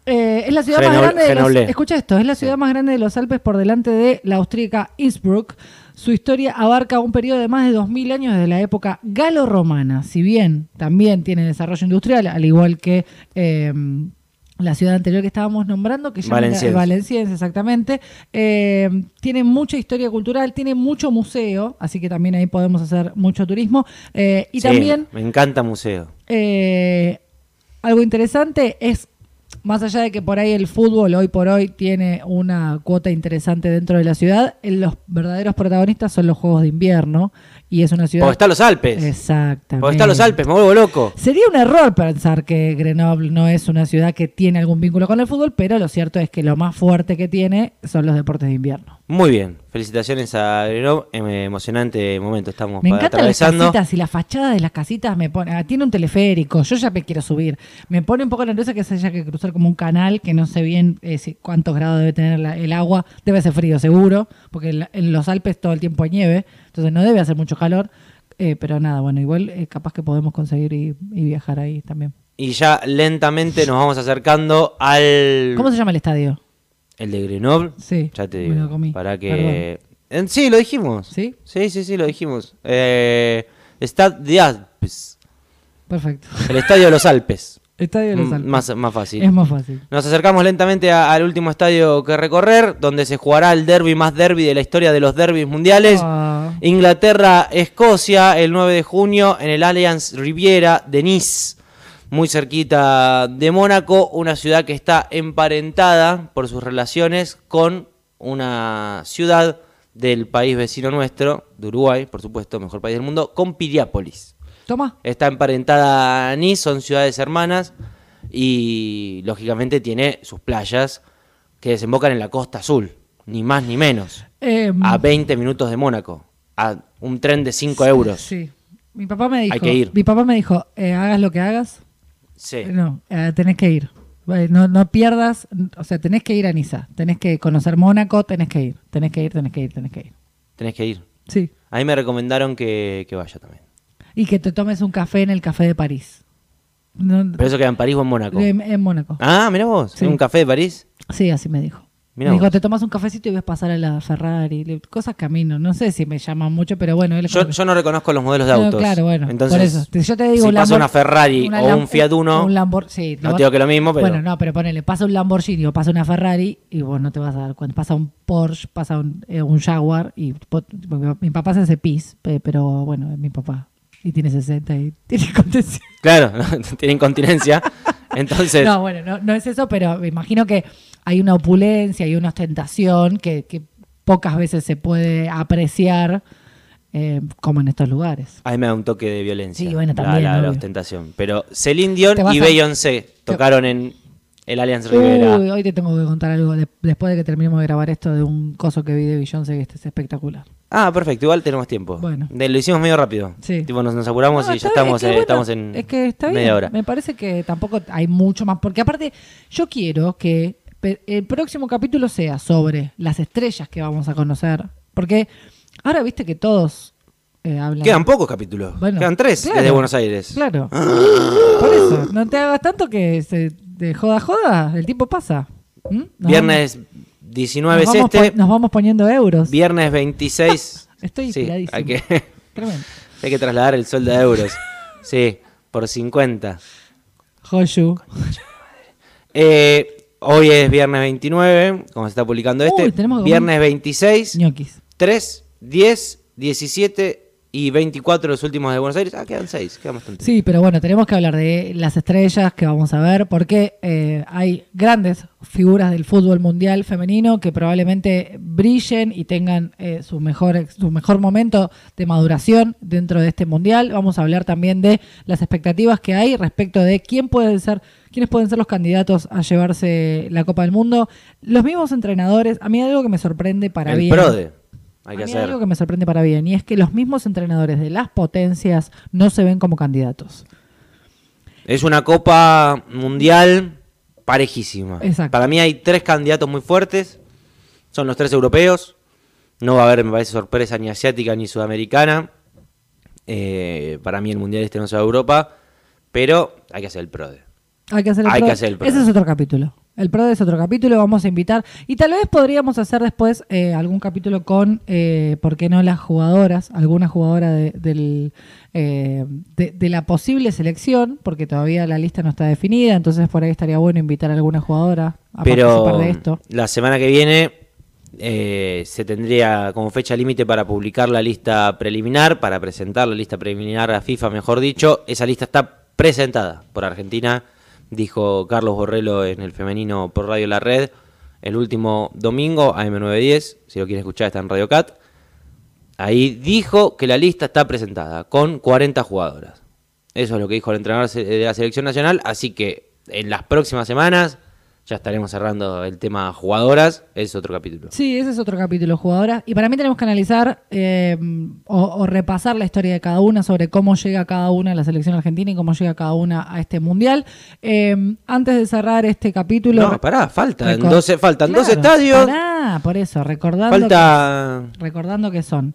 Eh, es la ciudad más
Grenoble-
grande de los,
Grenoble.
escucha esto, es la ciudad más grande de los Alpes por delante de la austríaca Innsbruck. Su historia abarca un periodo de más de 2000 años desde la época galo-romana, si bien también tiene desarrollo industrial, al igual que eh, la ciudad anterior que estábamos nombrando, que ya
Valenciennes.
Valenciennes, exactamente. Eh, tiene mucha historia cultural, tiene mucho museo, así que también ahí podemos hacer mucho turismo. Eh, y
Sí,
también
Me encanta museo.
eh, algo interesante es, más allá de que por ahí el fútbol hoy por hoy tiene una cuota interesante dentro de la ciudad, eh, los verdaderos protagonistas son los Juegos de Invierno y es una ciudad...
Porque están los Alpes.
Exactamente.
Porque están los Alpes, me vuelvo loco.
Sería un error pensar que Grenoble no es una ciudad que tiene algún vínculo con el fútbol, pero lo cierto es que lo más fuerte que tiene son los deportes de invierno.
Muy bien. Felicitaciones a Grenoble. Em- Emocionante momento estamos
Me
pa-
encantan las
atravesando.
casitas y la fachada de las casitas me pone. ah, tiene un teleférico, yo ya me quiero subir. Me pone un poco nerviosa que se haya que cruzar como un canal que no sé bien eh, si- cuántos grados debe tener la- el agua. Debe ser frío, seguro, porque en, la- en los Alpes todo el tiempo hay nieve, entonces no debe hacer mucho calor. Eh, pero nada, bueno, igual eh, capaz que podemos conseguir y, y viajar ahí también.
Y ya lentamente nos vamos acercando al.
¿Cómo se llama el estadio?
El de Grenoble.
Sí,
Ya te
me
digo.
lo comí,
Para que. En- sí, lo dijimos.
¿Sí?
Sí, sí, sí, lo dijimos. Eh, Stade de Alpes.
Perfecto.
El estadio de los Alpes.
Estadio de los
M-
Alpes.
Mm, Más, más fácil.
Es más fácil.
Nos acercamos lentamente a- al último estadio que recorrer, donde se jugará el derby más derby de la historia de los derbis mundiales.
Ah.
eh, Inglaterra-Escocia el 9 de junio en el Allianz Riviera de Nice, muy cerquita de Mónaco, una ciudad que está emparentada por sus relaciones con una ciudad del país vecino nuestro, de Uruguay, por supuesto, mejor país del mundo, con Piriápolis.
Toma.
Está emparentada a Nice, son ciudades hermanas y lógicamente tiene sus playas que desembocan en la costa azul, ni más ni menos.
Eh,
A 20 minutos de Mónaco, a un tren de 5 euros. Sí.
Sí. Mi papá me dijo.
Hay que ir.
Mi papá me dijo, eh, hagas lo que hagas, No, eh, tenés que ir. Eh, No, no pierdas, o sea, tenés que ir a Niza, tenés que conocer Mónaco, tenés que ir, tenés que ir, tenés que ir, tenés que ir.
tenés que ir.
Sí.
A mí me recomendaron que, que vaya también.
Y que te tomes un café en el café de París. No,
Pero eso queda en París o en Mónaco.
en, en Mónaco.
Ah, mirá vos,
Sí.
en un café de París.
Sí, así me dijo.
Mirá
me dijo,
vos.
te tomas un cafecito y ves pasar a la Ferrari, le- cosas camino. No sé si me llaman mucho, pero bueno, él es
Yo,
como que-
yo no reconozco los modelos de
No,
autos.
claro, bueno,
Entonces,
por eso. Te- Yo te digo,
si
un
pasa
Lambor-
una Ferrari
una
o
Lam-
un Fiat Uno,
un Lambor- sí,
no
va-
te digo que lo mismo, pero
Bueno, no, pero ponele, pasa un Lamborghini o pasa una Ferrari y vos no te vas a dar cuenta. Pasa un Porsche, pasa un, eh, un Jaguar y po- mi papá se hace pis, pe- pero bueno, es mi papá. Y tiene 60 y tiene contención.
claro, tiene incontinencia. Entonces,
No, bueno, no, no es eso, pero me imagino que hay una opulencia, hay una ostentación que, que pocas veces se puede apreciar. eh, como en estos lugares.
Ahí me da un toque de violencia.
Sí, bueno,
la-
también,
La, la
obvio.
ostentación. Pero Celine Dion
Te vas
y
a-
Beyoncé tocaron en el Allianz Rivera.
Uy, hoy te tengo que contar algo de- después de que terminemos de grabar esto de un coso que vi de Beyoncé que este es espectacular.
Ah, perfecto, igual tenemos tiempo.
Bueno.
De- lo hicimos medio rápido.
Sí.
Tipo, nos, nos apuramos
No,
y ya
está bien,
estamos,
es que
eh,
bueno,
estamos en
es que está
media
bien.
hora.
Me parece que tampoco hay mucho más. Porque aparte, yo quiero que pe- el próximo capítulo sea sobre las estrellas que vamos a conocer. Porque ahora viste que todos eh, hablan.
Quedan pocos capítulos.
Bueno,
Quedan tres
claro,
desde Buenos Aires. Ah.
Claro. Por eso, no te hagas tanto que se de joda a joda, el tiempo pasa. ¿Mm? Nos
Viernes
vamos-
19
nos
es
vamos,
este.
pon- nos vamos poniendo euros.
Viernes 26.
Estoy
sí,
inspiradísima.
hay que,
Tremendo.
hay que trasladar el sueldo de euros. Sí, por 50.
Joyu.
Eh, hoy es viernes 29, como se está publicando este.
Uy, tenemos que comer
viernes 26,
ñoquis.
3, 10, 17 y 24 los últimos de Buenos Aires. Ah, quedan 6, quedan bastante.
Sí, pero bueno, tenemos que hablar de las estrellas que vamos a ver, porque eh, hay grandes figuras del fútbol mundial femenino que probablemente brillen y tengan eh, su, mejor, su mejor momento de maduración dentro de este mundial. Vamos a hablar también de las expectativas que hay respecto de quién pueden ser, quiénes pueden ser los candidatos a llevarse la Copa del Mundo. Los mismos entrenadores, a mí hay algo que me sorprende para
el
bien.
PRODE. Hay que
a mí hay
hacer.
algo que me sorprende para bien y es que los mismos entrenadores de las potencias no se ven como candidatos.
Es una copa mundial parejísima.
Exacto.
Para mí hay tres candidatos muy fuertes. Son los tres europeos. No va a haber, me parece, sorpresa ni asiática ni sudamericana. Eh, para mí el mundial este no se va a Europa. Pero hay que hacer el PRODE.
Hay que hacer el
Hay
pro-
que hacer el pro.
Ese es otro capítulo. El pro es otro capítulo, vamos a invitar. Y tal vez podríamos hacer después eh, algún capítulo con, eh, ¿por qué no las jugadoras? Alguna jugadora de, del, eh, de, de la posible selección, porque todavía la lista no está definida, entonces por ahí estaría bueno invitar a alguna jugadora a
Pero
participar de esto.
la semana que viene eh, se tendría como fecha límite para publicar la lista preliminar, para presentar la lista preliminar a FIFA, mejor dicho. Esa lista está presentada por Argentina, dijo Carlos Borrello en el femenino por Radio La Red el último domingo, AM910. Si lo quieren escuchar, está en Radio Cat. Ahí dijo que la lista está presentada con 40 jugadoras. Eso es lo que dijo el entrenador se- de la selección nacional. Así que en las próximas semanas ya estaremos cerrando el tema jugadoras. Es otro capítulo.
Sí, ese es otro capítulo, jugadora. Y para mí tenemos que analizar eh, o, o repasar la historia de cada una sobre cómo llega cada una a la selección argentina y cómo llega cada una a este mundial. Eh, antes de cerrar este capítulo.
No, pará, faltan
Recor-
12 faltan
Claro,
12 estadios.
Pará, por eso, recordando,
Falta.
que, recordando que son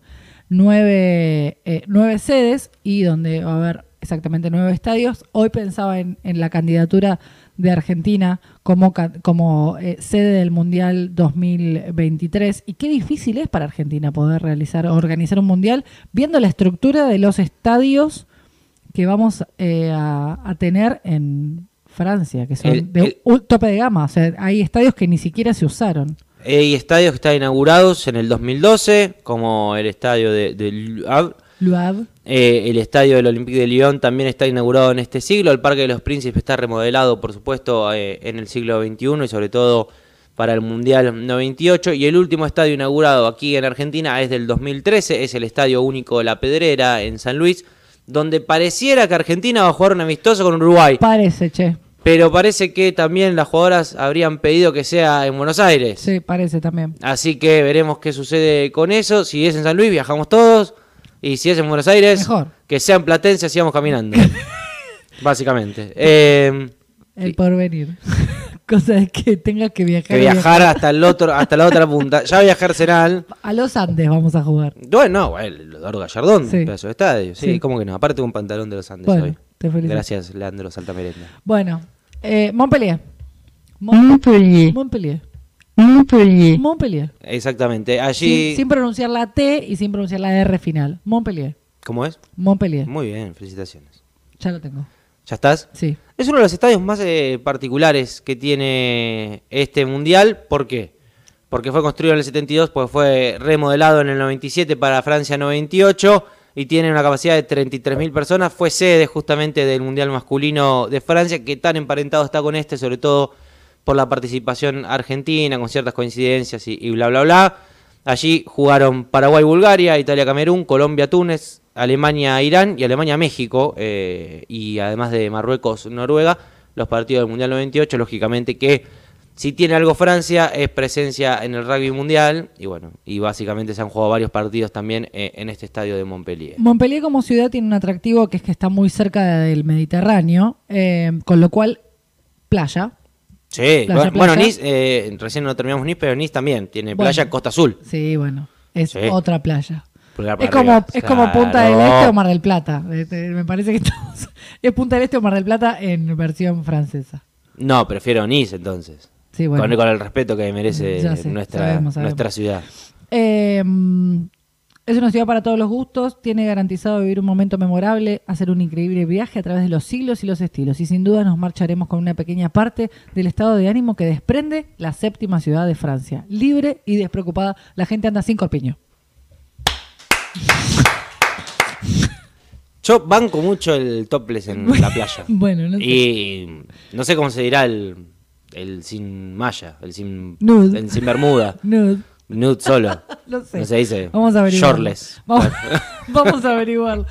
nueve, eh, nueve sedes y donde va a haber exactamente nueve estadios. Hoy pensaba en, en la candidatura de Argentina como, ca- como eh, sede del Mundial 2023 y qué difícil es para Argentina poder realizar organizar un mundial viendo la estructura de los estadios que vamos eh, a, a tener en Francia, que son
El-
de
el-
un tope de gama. O sea, hay estadios que ni siquiera se usaron.
Hay estadios que están inaugurados en el 2012, como el estadio de, de Luav.
Luab,
Eh, el estadio del Olympique de Lyon también está inaugurado en este siglo. El Parque de los Príncipes está remodelado, por supuesto, eh, en el siglo XXI y sobre todo para el Mundial 98. Y el último estadio inaugurado aquí en Argentina es del 2013, es el Estadio Único La Pedrera en San Luis, donde pareciera que Argentina va a jugar un amistoso con Uruguay.
parece, che.
Pero parece que también las jugadoras habrían pedido que sea en Buenos Aires.
Sí, parece también.
Así que veremos qué sucede con eso. Si es en San Luis, viajamos todos. Y si es en Buenos Aires,
Mejor.
que sea en Platense, sigamos caminando. Básicamente. Eh,
El porvenir. Cosa de que tengas que viajar.
que
y
viajar hasta el otro, hasta la otra punta. Ya viajar Arsenal.
A los Andes vamos a jugar.
Bueno, no, bueno, el Eduardo Gallardón,
Sí.
pedazo de estadio. Sí,
Sí.
cómo que no. Aparte un pantalón de los Andes
Bueno,
hoy.
te felicito.
Gracias, Leandro Saltamerenda.
Bueno, eh, Montpellier.
Mm,
Mon-
Montpellier,
Montpellier.
Montpellier,
Montpellier.
Exactamente. Allí.
Sin, sin pronunciar la T y sin pronunciar la R final. Montpellier.
¿Cómo es?
Montpellier.
Muy bien, felicitaciones.
Ya lo tengo.
¿Ya estás?
Sí.
Es uno de los estadios más eh, particulares que tiene este mundial. ¿Por qué? Porque fue construido en el 72, pues fue remodelado en el 97 para Francia 98 y tiene una capacidad de 33.000 personas. Fue sede justamente del mundial masculino de Francia, que tan emparentado está con este, sobre todo por la participación argentina, con ciertas coincidencias y, y bla, bla, bla. Allí jugaron Paraguay, Bulgaria, Italia, Camerún, Colombia, Túnez, Alemania, Irán y Alemania, México. eh, y además de Marruecos, Noruega, los partidos del Mundial 98, lógicamente que si tiene algo Francia es presencia en el rugby mundial. Y bueno, y básicamente se han jugado varios partidos también eh, en este estadio de Montpellier.
Montpellier como ciudad tiene un atractivo que es que está muy cerca del Mediterráneo, eh, con lo cual playa.
Sí,
Playa,
bueno, bueno,
playa.
Nice, eh, recién no terminamos Nice, pero Nice también tiene
Bueno.
playa Costa Azul.
Sí, bueno, es
Sí.
otra playa.
Pulgar Ah, para
Es como,
arriba.
es como Punta del
Claro.
Este o Mar del Plata. Este, Me parece que estamos- es Punta del Este o Mar del Plata en versión francesa.
No, prefiero Nice entonces.
Sí, bueno.
con, con el respeto que merece
Ya sé,
nuestra,
sabemos, sabemos.
nuestra ciudad.
Eh, es una ciudad para todos los gustos, tiene garantizado vivir un momento memorable, hacer un increíble viaje a través de los siglos y los estilos. Y sin duda nos marcharemos con una pequeña parte del estado de ánimo que desprende la séptima ciudad de Francia. Libre y despreocupada, la gente anda sin corpiño.
Yo banco mucho el topless en la playa.
Bueno, no sé.
Y no sé cómo se dirá el, el sin malla, el sin,
Nude.
el sin bermuda.
No,
Nude solo.
no sé.
No se dice.
Vamos a averiguarlo.
Shortless.
Vamos, vamos a averiguarlo.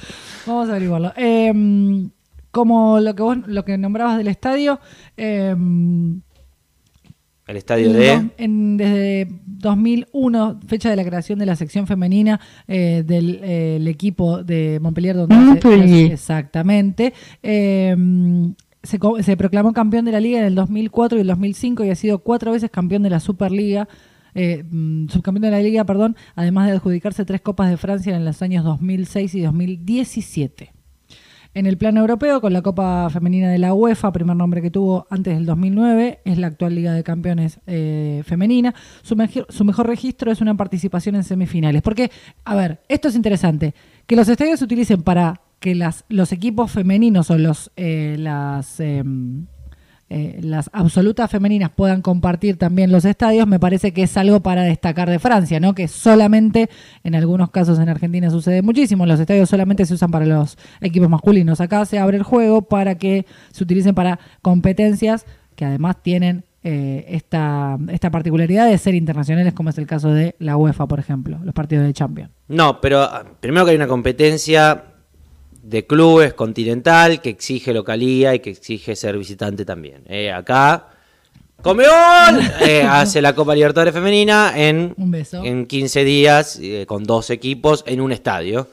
Vamos a averiguarlo. Eh, como lo que vos lo que nombrabas del estadio, eh,
El estadio
En
de...
dos- en- desde 2001, fecha de la creación de la sección femenina eh, del eh, el equipo de Montpellier. Donde se-
Montpellier.
exactamente. Eh, se, co- se proclamó campeón de la liga en el 2004 y el 2005 y ha sido cuatro veces campeón de la Superliga. eh, mm, subcampeón de la liga, perdón, además de adjudicarse tres copas de Francia en los años 2006 y 2017. En el plano europeo, con la Copa Femenina de la UEFA, primer nombre que tuvo antes del 2009, es la actual Liga de Campeones eh, femenina. Su, meji- su mejor registro es una participación en semifinales. Porque, a ver, esto es interesante. Que los estadios se utilicen para que las, los equipos femeninos o los, eh, las, em, eh, las absolutas femeninas puedan compartir también los estadios, me parece que es algo para destacar de Francia, ¿no? Que solamente, en algunos casos en Argentina sucede muchísimo, los estadios solamente se usan para los equipos masculinos. Acá se abre el juego para que se utilicen para competencias que además tienen eh, esta, esta particularidad de ser internacionales, como es el caso de la UEFA, por ejemplo, los partidos de Champions.
No, pero ah, primero que hay una competencia de clubes continental que exige localía y que exige ser visitante también. Eh, acá, Comeón eh, hace la Copa Libertadores Femenina en,
Un beso.
en 15 días eh, con dos equipos en un estadio.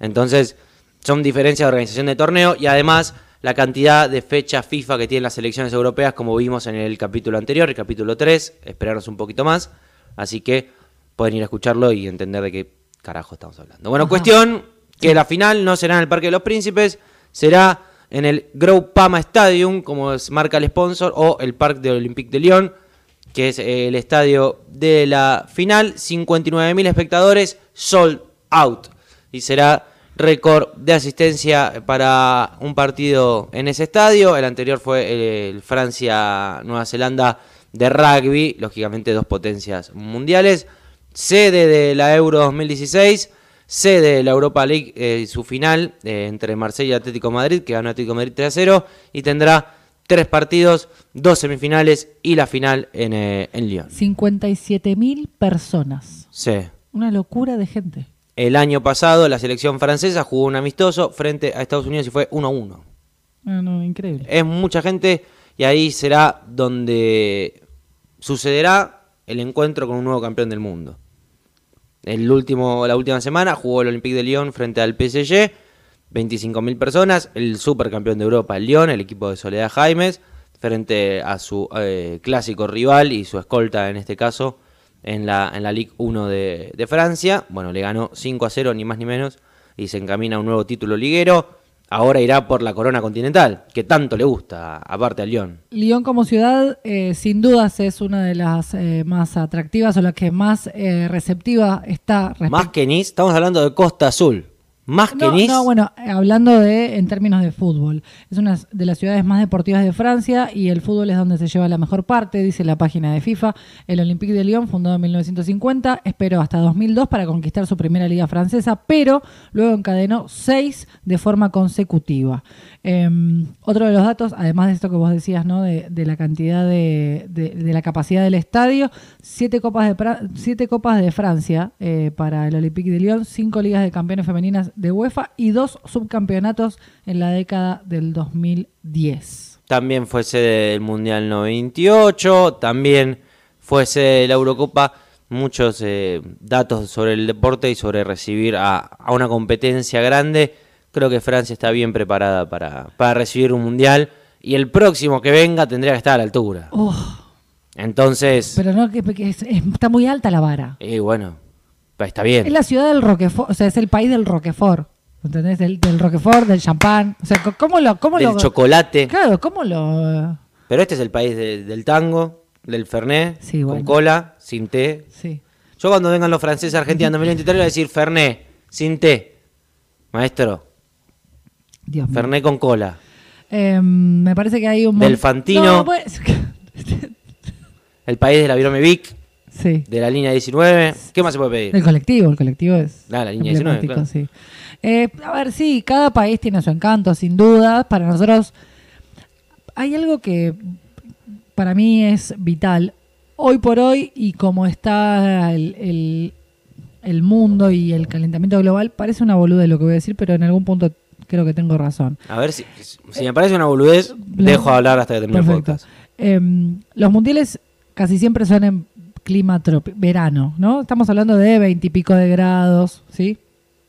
Entonces, son diferencias de organización de torneo y además la cantidad de fechas FIFA que tienen las selecciones europeas, como vimos en el capítulo anterior, el capítulo 3, esperarnos un poquito más. Así que pueden ir a escucharlo y entender de qué carajo estamos hablando. Bueno, cuestión que la final no será en el Parque de los Príncipes, será en el Grow Pama Stadium, como es- marca el sponsor, o el Parque de Olympique de Lyon que es eh, el estadio de la final. 59.000 espectadores, sold out. Y será récord de asistencia para un partido en ese estadio. El anterior fue eh, el Francia-Nueva Zelanda de rugby, lógicamente dos potencias mundiales. Sede de la Euro 2016, sede de la Europa League, eh, su final eh, entre Marsella y Atlético de Madrid, que ganó Atlético de Madrid 3 a 0, y tendrá tres partidos, dos semifinales y la final en, eh, en Lyon.
57.000 personas.
Sí.
Una locura de gente.
El año pasado la selección francesa jugó un amistoso frente a Estados Unidos y fue 1 1.
No, no, increíble.
Es mucha gente y ahí será donde sucederá el encuentro con un nuevo campeón del mundo. El último, la última semana jugó el Olympique de Lyon frente al PSG, 25.000 personas, el supercampeón de Europa, el Lyon, el equipo de Soledad Jaimes, frente a su eh, clásico rival y su escolta en este caso en la, en la Ligue 1 de, de Francia. Bueno, le ganó 5 a 0, ni más ni menos, y se encamina a un nuevo título liguero. Ahora irá por la corona continental, que tanto le gusta, aparte al Lyon.
Lyon como ciudad, eh, sin dudas, es una de las eh, más atractivas o la que más eh, receptiva está. respe-
Más que Nice, estamos hablando de Costa Azul. Más
No,
que Nice.
no, bueno, eh, hablando de en términos de fútbol, es una de las ciudades más deportivas de Francia y el fútbol es donde se lleva la mejor parte, dice la página de FIFA. El Olympique de Lyon, fundado en 1950, esperó hasta 2002 para conquistar su primera liga francesa, pero luego encadenó seis de forma consecutiva. Em, otro de los datos, además de esto que vos decías, ¿no? De, de la cantidad de, de- de la capacidad del estadio, siete copas de, Fra- siete copas de Francia eh, para el Olympique de Lyon, cinco ligas de campeones femeninas de UEFA y dos subcampeonatos en la década del 2010.
También fue sede del Mundial 98, también fue sede de la Eurocopa. Muchos eh, datos sobre el deporte y sobre recibir a, a una competencia grande. Creo que Francia está bien preparada para, para recibir un Mundial y el próximo que venga tendría que estar a la altura.
Oh,
Entonces,
pero no, que, que es- es- está muy alta la vara.
y bueno, está
Es
bien.
la ciudad del Roquefort, o sea, es el país del Roquefort. ¿Entendés? Del, del Roquefort, del champán. O sea, co- ¿cómo lo.? Cómo
Del
lo-
chocolate.
Claro, ¿cómo lo.?
Pero este es el país de- del tango, del Fernet,
Sí, bueno.
con cola, sin té.
Sí.
Yo cuando vengan los franceses a Argentina en 2023 le voy a decir Fernet, sin té. Maestro,
Dios mío.
Fernet con cola.
Em, me parece que hay un. mon-
Del Fantino.
No, pues-
El país de la Viromevic,
sí.
de la línea 19. ¿Qué más se puede pedir?
El colectivo, el colectivo es.
Ah, la línea 19,
emblemático, sí. Eh, a ver, sí, cada país tiene su encanto, sin duda. Para nosotros hay algo que para mí es vital. Hoy por hoy, y como está el, el- el mundo y el calentamiento global, parece una boluda lo que voy a decir, pero en algún punto creo que tengo razón.
A ver, si, si me parece una boludez, dejo de hablar hasta que termine
Perfecto.
el podcast.
Em, los mundiales casi siempre son en clima tropi- verano, ¿no? Estamos hablando de veintipico de grados, ¿sí?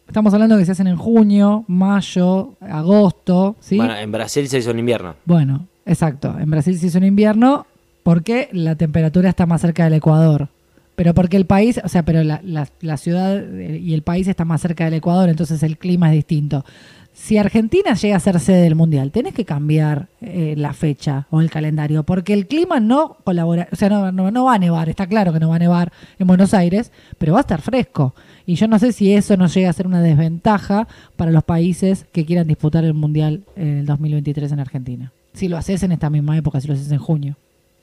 Estamos hablando que se hacen en junio, mayo, agosto, ¿sí?
Bueno, en Brasil se hizo en invierno.
Bueno, exacto. En Brasil se hizo en invierno porque la temperatura está más cerca del Ecuador. Pero porque el país, o sea, pero la, la- la ciudad eh, y el país está más cerca del Ecuador, entonces el clima es distinto. Si Argentina llega a ser sede del Mundial, tenés que cambiar eh, la fecha o el calendario, porque el clima no colabora, o sea, no, no- no va a nevar, está claro que no va a nevar en Buenos Aires, pero va a estar fresco. Y yo no sé si eso nos llega a ser una desventaja para los países que quieran disputar el Mundial en el 2023 en Argentina. Si lo haces en esta misma época, si lo haces en junio.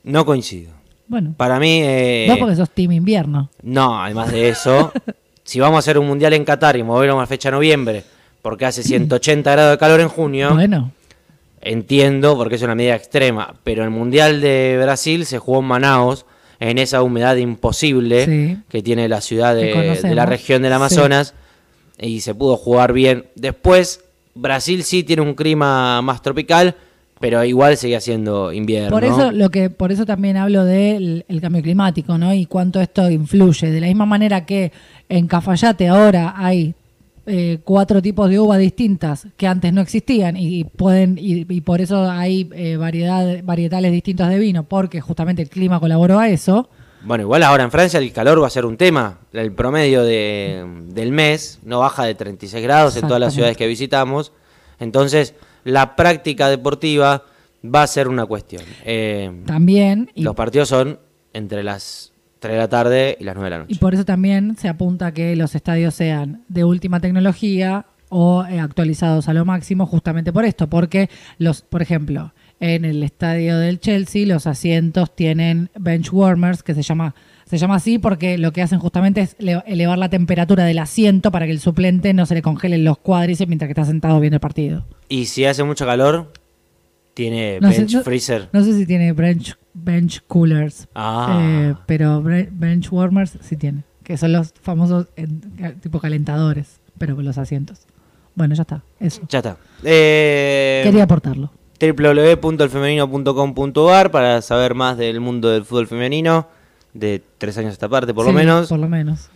No coincido.
Bueno,
Para mí... eh,
vos porque sos team invierno.
No, además de eso, si vamos a hacer un mundial en Qatar y moverlo a una fecha de noviembre, porque hace 180 grados de calor en junio,
Bueno,
entiendo porque es una medida extrema, pero el mundial de Brasil se jugó en Manaos, en esa humedad imposible
Sí.
que tiene la ciudad
Que
de,
conocemos.
de la región del
Sí.
Amazonas, y se pudo jugar bien. Después, Brasil sí tiene un clima más tropical, pero igual seguía siendo invierno.
por eso lo que por eso también hablo del el cambio climático, ¿no? Y cuánto esto influye. De la misma manera que en Cafayate ahora hay eh, cuatro tipos de uva distintas que antes no existían y, y pueden y, y por eso hay eh, variedad varietales distintos de vino porque justamente el clima colaboró a eso.
Bueno, igual ahora en Francia el calor va a ser un tema. El promedio de- del mes no baja de 36 grados en todas las
Exactamente.
ciudades que visitamos. Entonces, la práctica deportiva va a ser una cuestión. Eh,
También y
los partidos son entre las 3 de la tarde y las 9 de la
Y
noche.
por eso también se apunta a que los estadios sean de última tecnología o eh, actualizados a lo máximo, justamente por esto, porque los, por ejemplo, en el estadio del Chelsea los asientos tienen bench warmers que se llama se llama así porque lo que hacen justamente es le- elevar la temperatura del asiento para que el suplente no se le congelen los cuádriceps mientras que está sentado viendo el partido.
Y si hace mucho calor, tiene
No
Eh,
sé,
bench
no-
freezer.
No sé si tiene bench bench coolers,
Ah.
eh, pero bre- bench warmers sí tiene, que son los famosos eh, ca- tipo calentadores, pero con los asientos. Bueno, ya está, eso.
Ya está. Eh,
Quería aportarlo.
www.elfemenino.com.ar para saber más del mundo del fútbol femenino de tres años a esta parte por lo
Sí,
menos
Por lo menos.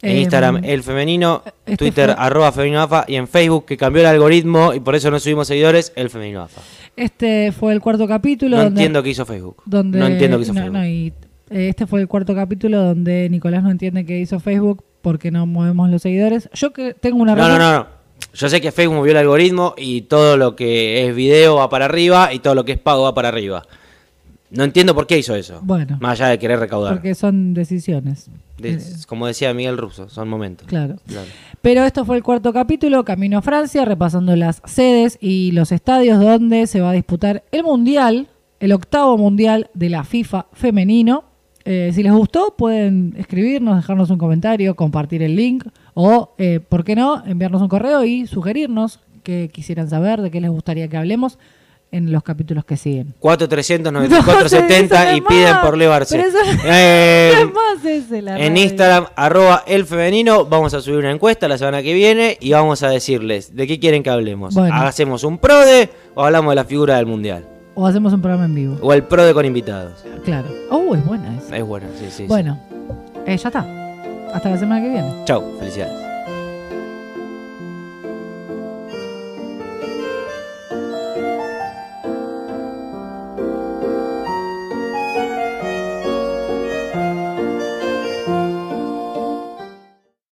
En
Eh,
Instagram, el femenino,
este
Twitter,
fue-
arroba femenino AFA, y en Facebook, que cambió el algoritmo y por eso no subimos seguidores, el femenino AFA.
Este fue el cuarto capítulo.
No
donde-
entiendo qué hizo Facebook.
donde
no entiendo qué hizo
no,
Facebook.
no, y, eh, este fue el cuarto capítulo donde Nicolás no entiende qué hizo Facebook porque no movemos los seguidores. Yo que tengo una
no, no,
razón-
no, no. Yo sé que Facebook movió el algoritmo y todo lo que es video va para arriba y todo lo que es pago va para arriba. No entiendo por qué hizo eso.
Bueno.
Más allá de querer recaudar.
Porque son decisiones.
De- como decía Miguel Russo, son momentos.
Claro. Pero esto fue el cuarto capítulo, Camino a Francia, repasando las sedes y los estadios donde se va a disputar el Mundial, el octavo Mundial de la FIFA femenino. Eh, si les gustó, pueden escribirnos, dejarnos un comentario, compartir el link o, eh, ¿por qué no?, enviarnos un correo y sugerirnos qué quisieran saber, de qué les gustaría que hablemos en los capítulos que siguen.
4300,
No, eso
9470
no
y
es
piden
más.
por Leo Arce.
Pero eso no-
Eh,
no es más ese, la
en
radio.
Instagram, arroba el femenino, vamos a subir una encuesta la semana que viene y vamos a decirles de qué quieren que hablemos.
Bueno.
¿Hacemos un prode o hablamos de la figura del mundial?
O hacemos un programa en vivo.
O el prode con invitados.
Claro. Oh, es buena esa.
Es bueno, sí, sí. sí.
Bueno, eh, ya está. Hasta la semana que viene.
Chau, felicidades.